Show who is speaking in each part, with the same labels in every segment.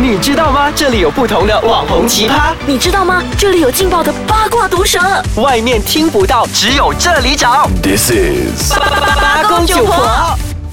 Speaker 1: 你知道吗？这里有不同的网红奇葩，
Speaker 2: 你知道吗？这里有劲爆的八卦毒舌，
Speaker 1: 外面听不到，只有这里找。
Speaker 3: This is
Speaker 1: 八公九婆，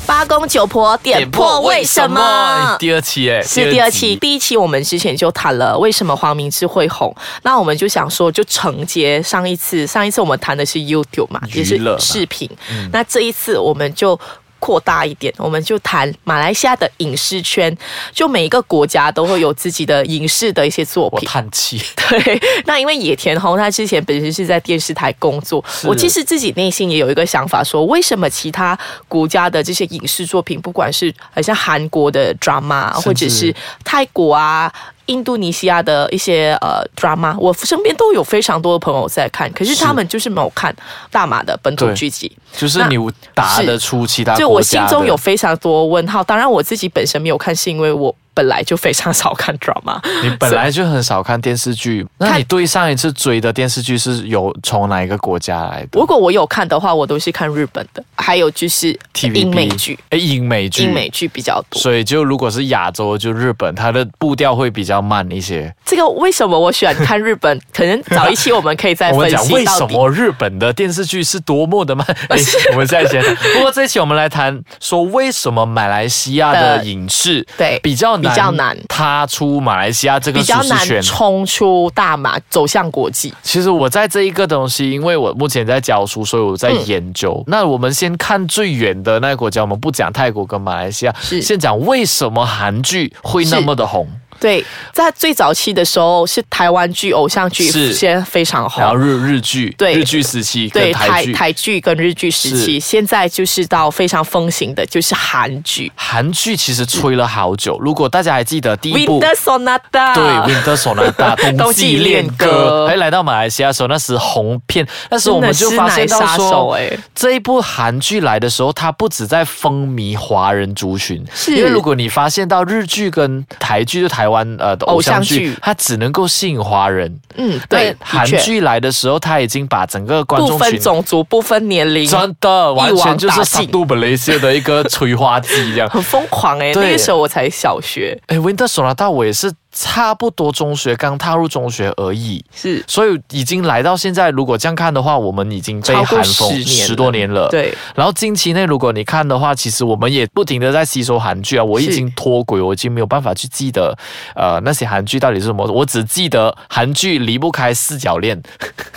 Speaker 2: 八公九婆点破为什么？
Speaker 4: 第二期哎，
Speaker 2: 是第二期，
Speaker 4: 集。
Speaker 2: 第一期我们之前就谈了为什么黄明志会红，那我们就想说就承接上一次，上一次我们谈的是 YouTube 嘛，嗯也是
Speaker 4: 娱乐吧
Speaker 2: 视频，那这一次我们就。扩大一点，我们就谈马来西亚的影视圈，就每一个国家都会有自己的影视的一些作
Speaker 4: 我
Speaker 2: 品。
Speaker 4: 叹气，
Speaker 2: 对，那因为野田宏他之前本身是在电视台工作，我其实自己内心也有一个想法说，为什么其他国家的这些影视作品，不管是好像韩国的 drama，或者是泰国啊。印度尼西亚的一些呃 drama，我身边都有非常多的朋友在看，可是他们就是没有看大马的本土
Speaker 4: 对
Speaker 2: 剧集。
Speaker 4: 就是
Speaker 2: 那
Speaker 4: 你答得出其他
Speaker 2: 就我
Speaker 4: 国
Speaker 2: 心
Speaker 4: 家的
Speaker 2: 中有非常多问号。当然，我自己本身没有看，是因为我本来就非常少看 drama。
Speaker 4: 你本来就很少看电视剧，那
Speaker 2: 看
Speaker 4: 你对上一次追的电视剧是有从哪一个国家来的
Speaker 2: 如果我有看的话，我都是看日本的，还有就是
Speaker 4: ？TVB
Speaker 2: 英美剧，
Speaker 4: 哎，英美剧，
Speaker 2: 英美。剧比较多。
Speaker 4: 所以就如果是亚洲，就日本，它的步调会比较慢一些。
Speaker 2: 这个为什么我喜欢看日本？可能早一期我们可以再
Speaker 4: 我们
Speaker 2: 分
Speaker 4: 讲
Speaker 2: 析
Speaker 4: 为
Speaker 2: 到
Speaker 4: 什
Speaker 2: 底。
Speaker 4: 么日本的电视剧是多么的 慢？哎我们现在先。不过这一期我们来谈说为什么马来西亚的
Speaker 2: 的
Speaker 4: 影视
Speaker 2: 对
Speaker 4: 比较难
Speaker 2: 比较难
Speaker 4: 踏出马来西亚这个
Speaker 2: 比
Speaker 4: 舒
Speaker 2: 较
Speaker 4: 适圈
Speaker 2: 难。冲出大马，走向国际。
Speaker 4: 其实我在这一个东西，因为我目前在教书，所以我在研究。
Speaker 2: 嗯
Speaker 4: 那我们先看最远的那个国家，我们不讲泰国跟马来西亚，
Speaker 2: 是
Speaker 4: 先讲为什么韩剧会那么的红，
Speaker 2: 对，在最早期的时候是台湾剧、偶像剧
Speaker 4: 是
Speaker 2: 先非常红
Speaker 4: 然后，日日剧，
Speaker 2: 对
Speaker 4: 日剧时期跟
Speaker 2: 对
Speaker 4: 台剧。
Speaker 2: 台剧跟日剧时期，现在就是到非常风行的就是韩剧
Speaker 4: 韩剧其实吹了好久，如果大家还记得第
Speaker 2: 《
Speaker 4: 一部
Speaker 2: Winter Sonata》。
Speaker 4: 对《Winter Sonata》冬
Speaker 2: 啊冬
Speaker 4: 季
Speaker 2: 季
Speaker 4: 恋
Speaker 2: 恋
Speaker 4: 歌哎
Speaker 2: 歌，
Speaker 4: 还来到马来西亚的时候，那时红遍，那时候我们就发现到
Speaker 2: 真的是奶杀手
Speaker 4: 说，
Speaker 2: 欸
Speaker 4: 这一部韩剧来的时候，它不止在风靡华人族群，
Speaker 2: 是
Speaker 4: 因为如果你发现到日剧跟台剧，就台湾呃的偶像
Speaker 2: 偶
Speaker 4: 剧
Speaker 2: 像剧，
Speaker 4: 它只能够吸引华人。
Speaker 2: 嗯，对，
Speaker 4: 但哎韩
Speaker 2: 的确
Speaker 4: 剧来的时候，它已经把整个观
Speaker 2: 不
Speaker 4: 众群
Speaker 2: 分。种族、不分年龄，
Speaker 4: 真的，完全就是
Speaker 2: 一网打尽
Speaker 4: 杜本雷西的一个催化剂 一样。
Speaker 2: 很疯狂哎、
Speaker 4: 对
Speaker 2: 那个时候我才小学，
Speaker 4: 哎，Winter Sonata 我也是差不多中学刚踏入中学而已，
Speaker 2: 是
Speaker 4: 所以已经来到现在。如果这样看的话，我们已经被
Speaker 2: 超过
Speaker 4: 韩风
Speaker 2: 10年了
Speaker 4: 多年了。。
Speaker 2: 对。
Speaker 4: 然后近期内，如果你看的话，其实我们也不停的在吸收韩剧啊。我已
Speaker 2: 是
Speaker 4: 经脱轨，我已经没有办法去记得，呃，那些韩剧到底是什么。我只记得韩剧离不开四角恋，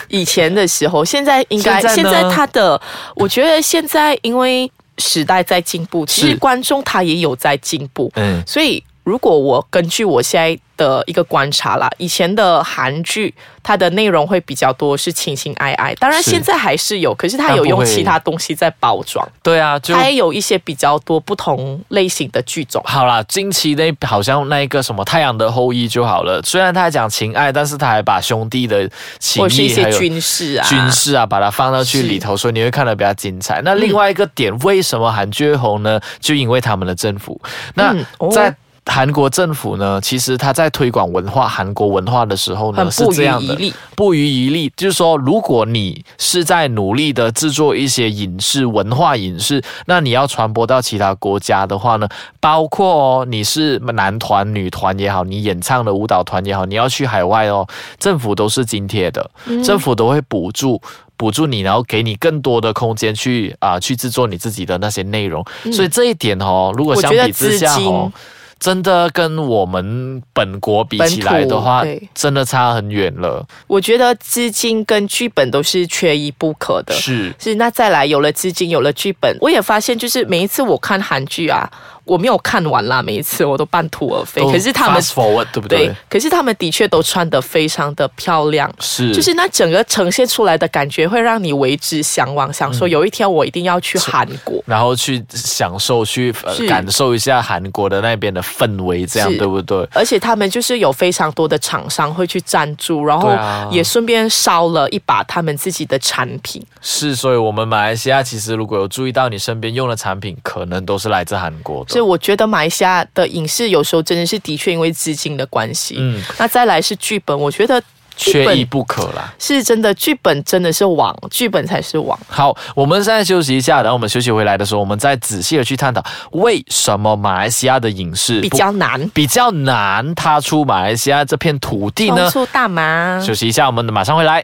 Speaker 2: 以前的时候，现在应该
Speaker 4: 现在呢
Speaker 2: 现在他的，我觉得现在因为时代在进步，其
Speaker 4: 是
Speaker 2: 实观众他也有在进步，
Speaker 4: 嗯，
Speaker 2: 所以如果我根据我现在的一个观察啦，以前的韩剧它的内容会比较多是情情爱爱，当然
Speaker 4: 是
Speaker 2: 现在还是有，可是它
Speaker 4: 但
Speaker 2: 有
Speaker 4: 不
Speaker 2: 用
Speaker 4: 会
Speaker 2: 其他东西在包装，
Speaker 4: 对啊，就
Speaker 2: 它也有一些比较多不同类型的剧种。
Speaker 4: 好啦，近期那好像那一个什么《太阳的后裔》就好了。虽然他还讲情爱，但是他还把兄弟的情
Speaker 2: 或者是一
Speaker 4: 谊
Speaker 2: 些
Speaker 4: 还有
Speaker 2: 军事啊，
Speaker 4: 军事啊，把它放到去里头，所以你会看得比较精彩。
Speaker 2: 嗯
Speaker 4: 那另外一个点，为什么韩剧会红呢？就因为他们的政府。那
Speaker 2: 嗯哦
Speaker 4: 在韩国政府呢，其实他在推广文化、韩国文化的时候呢，
Speaker 2: 很
Speaker 4: 是
Speaker 2: 不
Speaker 4: 这
Speaker 2: 遗
Speaker 4: 样
Speaker 2: 余
Speaker 4: 的，
Speaker 2: 力。
Speaker 4: 不遗余力，就是说，如果你是在努力的制作一些影视文化影视，那你要传播到其他国家的话呢，包括哦，你是男团、女团也好，你演唱的舞蹈团也好，你要去海外哦，政府都是津贴的，
Speaker 2: 嗯
Speaker 4: 政府都会补助。补助你，然后给你更多的空间去啊、去制作你自己的那些内容。所以这一点哦，如果
Speaker 2: 嗯我
Speaker 4: 相
Speaker 2: 觉得
Speaker 4: 比之
Speaker 2: 资
Speaker 4: 下
Speaker 2: 金
Speaker 4: 哦，真的跟我们本国比起来的话
Speaker 2: 本土对，
Speaker 4: 真的差很远了。
Speaker 2: 我觉得资金跟剧本都是缺一不可的。
Speaker 4: 是，
Speaker 2: 是，那再来有了资金，有了剧本，我也发现，就是每一次我看韩剧啊，我没有看完啦，每一次我都半途而废。
Speaker 4: 都
Speaker 2: 可是他们
Speaker 4: fast forward 对不对？
Speaker 2: 对，可是他们的确都穿得非常的漂亮，
Speaker 4: 是，
Speaker 2: 就是那整个呈现出来的感觉会让你为之向往，想
Speaker 4: 嗯
Speaker 2: 说有一天我一定要去韩国。
Speaker 4: 然后去享受去、呃
Speaker 2: 是
Speaker 4: 感受一下韩国的那边的氛围，这样
Speaker 2: 是
Speaker 4: 对不对？
Speaker 2: 而且他们就是有非常多的厂商会去赞助，然后
Speaker 4: 对啊
Speaker 2: 也顺便烧了一把他们自己的产品。
Speaker 4: 是，所以我们马来西亚其实如果有注意到你身边用的产品，可能都是来自韩国
Speaker 2: 所以
Speaker 4: 的。
Speaker 2: 我觉得马来西亚的影视有时候真的是的确因为资金的关系，
Speaker 4: 嗯
Speaker 2: 那再来是剧本，我觉得。剧
Speaker 4: 缺
Speaker 2: 本
Speaker 4: 一不可啦。
Speaker 2: 是真的，剧本真的是王，剧本才是王。
Speaker 4: 好，我们现在休息一下，然后我们休息回来的时候，我们再仔细的去探讨为什么马来西亚的影视
Speaker 2: 比
Speaker 4: 不
Speaker 2: 较难，
Speaker 4: 比较难踏出马来西亚这片土地
Speaker 2: 冲
Speaker 4: 呢？
Speaker 2: 出大麻。
Speaker 4: 休息一下，我们马上回来。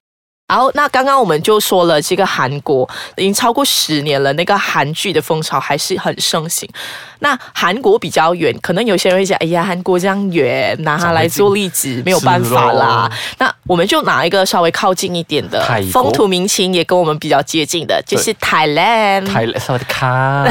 Speaker 2: 好，那刚刚我们就说了，这个韩国已经超过十年了，那个韩剧的风潮还是很盛行。那韩国比较远，可能有些人会讲，哎呀，韩国这样远，拿它来做例子没有办法啦。那我们就拿一个稍微靠近一点的
Speaker 4: 泰国，
Speaker 2: 风土民情也跟我们比较接近的，就是 Thailand，
Speaker 4: 泰萨瓦迪卡，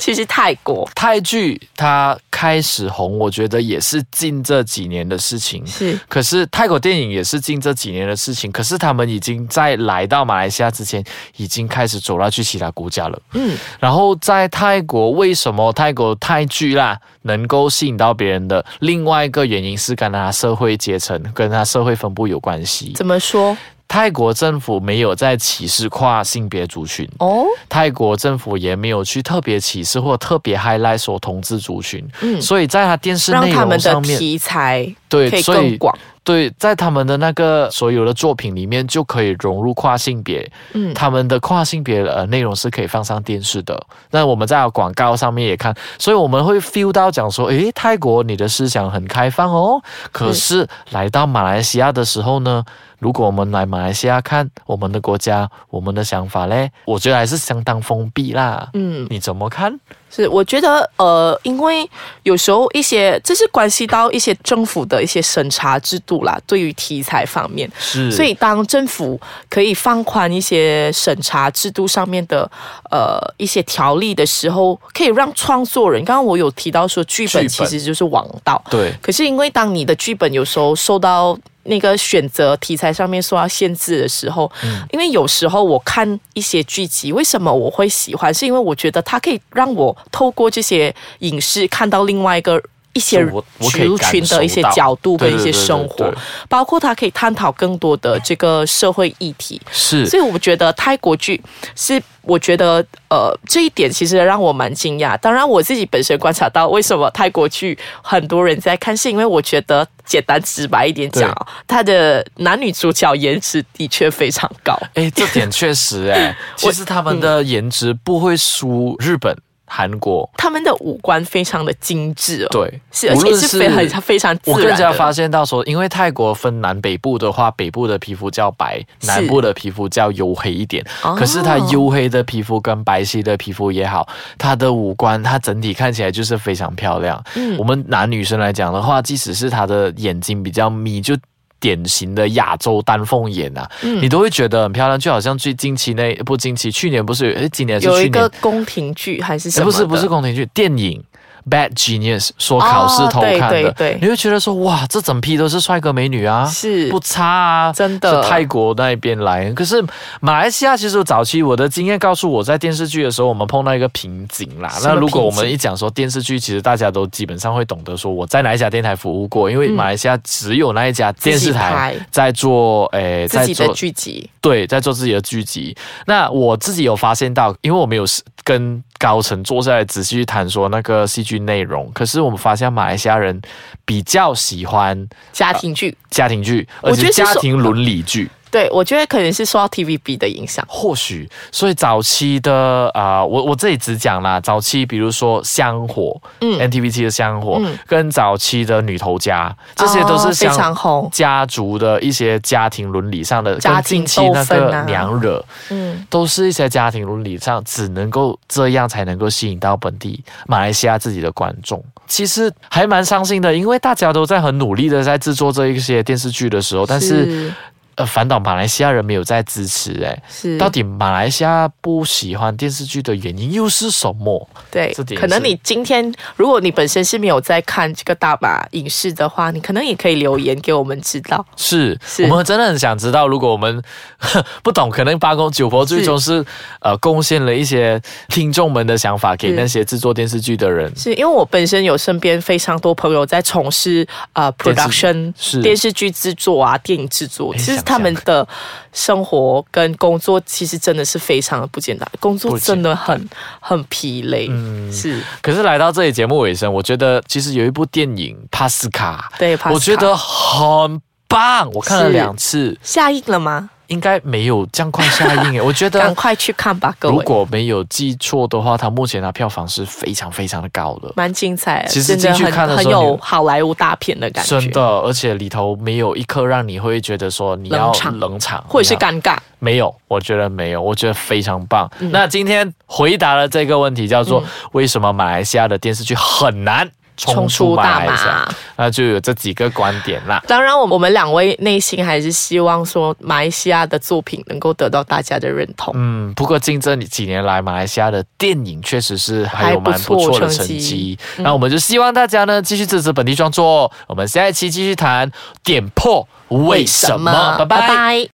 Speaker 2: 就是泰国。
Speaker 4: 泰剧它开始红，我觉得也是近这几年的事情。
Speaker 2: 是
Speaker 4: 可是泰国电影也是近这几年的事情，可是他们已经在来到马来西亚之前，已经开始走到去其他国家了。
Speaker 2: 嗯，
Speaker 4: 然后在泰国，为什么泰国泰剧啦能够吸引到别人的另外一个原因是跟他社会阶层、跟他社会分布有关系。
Speaker 2: 怎么说？
Speaker 4: 泰国政府没有在歧视跨性别族群，
Speaker 2: 哦，
Speaker 4: 泰国政府也没有去特别歧视或特别 highlight 说同志族群，所以在他电视
Speaker 2: 嗯让
Speaker 4: 内
Speaker 2: 他
Speaker 4: 容
Speaker 2: 们的
Speaker 4: 上面，
Speaker 2: 题材可
Speaker 4: 对，
Speaker 2: 以
Speaker 4: 所
Speaker 2: 更
Speaker 4: 以
Speaker 2: 广。
Speaker 4: 对，在他们的那个所有的作品里面就可以融入跨性别，
Speaker 2: 嗯
Speaker 4: 他们的跨性别呃内容是可以放上电视的。那我们在广告上面也看，所以我们会 feel 到讲说，诶，泰国你的思想很开放哦，可是来到马来西亚的时候呢，如果我们来马来西亚看我们的国家，我们的想法嘞，我觉得还是相当封闭啦。
Speaker 2: 嗯，
Speaker 4: 你怎么看？
Speaker 2: 是，我觉得呃，因为有时候一些这是关系到一些政府的一些审查制度啦，对于题材方面，
Speaker 4: 是
Speaker 2: 所以当政府可以放宽一些审查制度上面的呃一些条例的时候，可以让创作人，刚刚我有提到说剧本
Speaker 4: 剧
Speaker 2: 其
Speaker 4: 本
Speaker 2: 实就是王道，
Speaker 4: 对，
Speaker 2: 可是因为当你的剧本有时候受到那个选择题材上面受到限制的时候，
Speaker 4: 嗯
Speaker 2: 因为有时候我看一些剧集，为什么我会喜欢？是因为我觉得它可以让我透过这些影视看到另外一个。一些
Speaker 4: 是我我可以
Speaker 2: 族
Speaker 4: 感
Speaker 2: 群的一些
Speaker 4: 受到
Speaker 2: 角度跟
Speaker 4: 对
Speaker 2: 一
Speaker 4: 对对
Speaker 2: 些
Speaker 4: 对
Speaker 2: 生
Speaker 4: 对
Speaker 2: 活，包括它可以探讨更多的这个社会议题。
Speaker 4: 是
Speaker 2: 所以我觉得泰国剧是，我觉得呃这一点其实让我蛮惊讶。当然我自己本身观察到，为什么泰国剧很多人在看，是因为我觉得简单直白一点讲哦，他的男女主角颜值的确非常高。
Speaker 4: 哎，这点确实哎，其实他们的颜值不会输日本、韩国。
Speaker 2: 他们的五官非常的精致哦，，
Speaker 4: 对，
Speaker 2: 是而
Speaker 4: 无
Speaker 2: 且
Speaker 4: 论
Speaker 2: 是非很非常自
Speaker 4: 我更
Speaker 2: 然
Speaker 4: 加
Speaker 2: 的。
Speaker 4: 发现到说，因为泰国分南北部的话，北部的皮肤较白，
Speaker 2: 是
Speaker 4: 南部的皮肤较黝黑一点。
Speaker 2: 哦
Speaker 4: 可是它黝黑的皮肤跟白皙的皮肤也好，它的五官它整体看起来就是非常漂亮。
Speaker 2: 嗯
Speaker 4: 我们拿女生来讲的话，即使是她的眼睛比较眯，就。典型的亚洲丹凤眼啊，
Speaker 2: 嗯
Speaker 4: 你都会觉得很漂亮，就好像最近期内不近期，去年不是有，诶，今年还是去
Speaker 2: 有
Speaker 4: 年
Speaker 2: 一个宫廷剧还是什
Speaker 4: 哎，
Speaker 2: 么
Speaker 4: 不
Speaker 2: 的？
Speaker 4: 是不是宫廷剧，电影。Bad Genius 说考试偷看的，
Speaker 2: 哦对对对
Speaker 4: 你会觉得说哇，这整批都是帅哥美女啊，
Speaker 2: 是
Speaker 4: 不差啊，
Speaker 2: 真的
Speaker 4: 是泰国那边来。可是马来西亚其实早期我的经验告诉我，在电视剧的时候，我们碰到一个瓶颈啦。
Speaker 2: 什么
Speaker 4: 那如果我
Speaker 2: 瓶
Speaker 4: 们
Speaker 2: 颈
Speaker 4: 一讲说电视剧，其实大家都基本上会懂得说我在哪一家电台服务过，因为马来西亚只有那一家电视台
Speaker 2: 嗯自己拍
Speaker 4: 在做，诶、在
Speaker 2: 自己的
Speaker 4: 做
Speaker 2: 剧集，
Speaker 4: 对，在做自己的剧集。那我自己有发现到，因为我没有是跟高层坐下来仔细去谈说那个戏剧内容，可是我们发现马来西亚人比较喜欢
Speaker 2: 家庭剧。
Speaker 4: 家庭剧，而
Speaker 2: 我觉
Speaker 4: 且
Speaker 2: 得是
Speaker 4: 家
Speaker 2: 说
Speaker 4: 庭伦理剧。
Speaker 2: 对，我觉得可能是受到 TVB 的影响。
Speaker 4: 或许，所以早期的啊、呃我我这里只讲啦，早期比如说香火，
Speaker 2: 嗯
Speaker 4: ，NTVT 的香火，
Speaker 2: 嗯
Speaker 4: 跟早期的女头家，这些都是
Speaker 2: 哦非
Speaker 4: 香
Speaker 2: 常红
Speaker 4: 家族的一些家庭伦理上的，
Speaker 2: 家
Speaker 4: 跟
Speaker 2: 庭
Speaker 4: 近期那
Speaker 2: 斗纷
Speaker 4: 个
Speaker 2: 啊
Speaker 4: 娘惹，
Speaker 2: 嗯，
Speaker 4: 都是一些家庭伦理上，只能够这样才能够吸引到本地马来西亚自己的观众。其实还蛮伤心的，因为大家都在很努力的在制作这一些电视剧的时候，但是呃，反倒马来西亚人没有在支持、哎，
Speaker 2: 是
Speaker 4: 到底马来西亚不喜欢电视剧的原因又是什么？
Speaker 2: 对
Speaker 4: 这点，也
Speaker 2: 可能
Speaker 4: 是
Speaker 2: 你今天如果你本身是没有在看这个大马影视的话，你可能也可以留言给我们知道。
Speaker 4: 是
Speaker 2: 是
Speaker 4: 我们真的很想知道，如果我们 不懂，可能八公九婆最终是呃贡献了一些听众们的想法给
Speaker 2: 是
Speaker 4: 那些制作电视剧的人。
Speaker 2: 是因为我本身有身边非常多朋友在从事呃
Speaker 4: 电视
Speaker 2: production
Speaker 4: 是
Speaker 2: 电视剧制作啊、电影制作，
Speaker 4: 哎
Speaker 2: 其实
Speaker 4: 想
Speaker 2: 他们的生活跟工作其实真的是非常的不简单，工
Speaker 4: 不嗯
Speaker 2: 作
Speaker 4: 简
Speaker 2: 真的很很疲累。是
Speaker 4: 可是来到这里节目尾声，我觉得其实有一部电影《帕斯卡》，
Speaker 2: 对，
Speaker 4: 我觉
Speaker 2: Pascal
Speaker 4: 得很棒！我看了
Speaker 2: 是
Speaker 4: 两次，
Speaker 2: 下映了吗？
Speaker 4: 应该没有这样快下映 诶。我觉
Speaker 2: 赶
Speaker 4: 得
Speaker 2: 快去看吧，各
Speaker 4: 啊如
Speaker 2: 位，
Speaker 4: 果没有记错的话，它目前的票房是非常非常的高的。
Speaker 2: 蛮精彩的，
Speaker 4: 其实
Speaker 2: 真
Speaker 4: 进去
Speaker 2: 的
Speaker 4: 看的
Speaker 2: 很很
Speaker 4: 时候
Speaker 2: 有
Speaker 4: 你
Speaker 2: 好莱坞大片的感觉，
Speaker 4: 真的，而且里头没有一刻让你会觉得说你要
Speaker 2: 冷场
Speaker 4: 冷场
Speaker 2: 或者是
Speaker 4: 你要
Speaker 2: 尴尬。
Speaker 4: 没有，我觉得没有，我觉得非常棒。
Speaker 2: 嗯
Speaker 4: 那今天回答了这个问题，叫做为什么马来西亚的电视剧很难冲
Speaker 2: 冲
Speaker 4: 出
Speaker 2: 出
Speaker 4: 马来
Speaker 2: 大
Speaker 4: 西亚
Speaker 2: 马？
Speaker 4: 那呃就有这几个观点啦。
Speaker 2: 当然，我我们两位内心还是希望说，马来西亚的作品能够得到大家的认同。
Speaker 4: 嗯，不过近这几年来，马来西亚的电影确实是还有蛮不错的成
Speaker 2: 还不错成
Speaker 4: 绩嗯
Speaker 2: 绩。
Speaker 4: 那我们就希望大家呢继续支持本地创作哦。我们下一期继续谈点破为什么，拜拜。
Speaker 2: 拜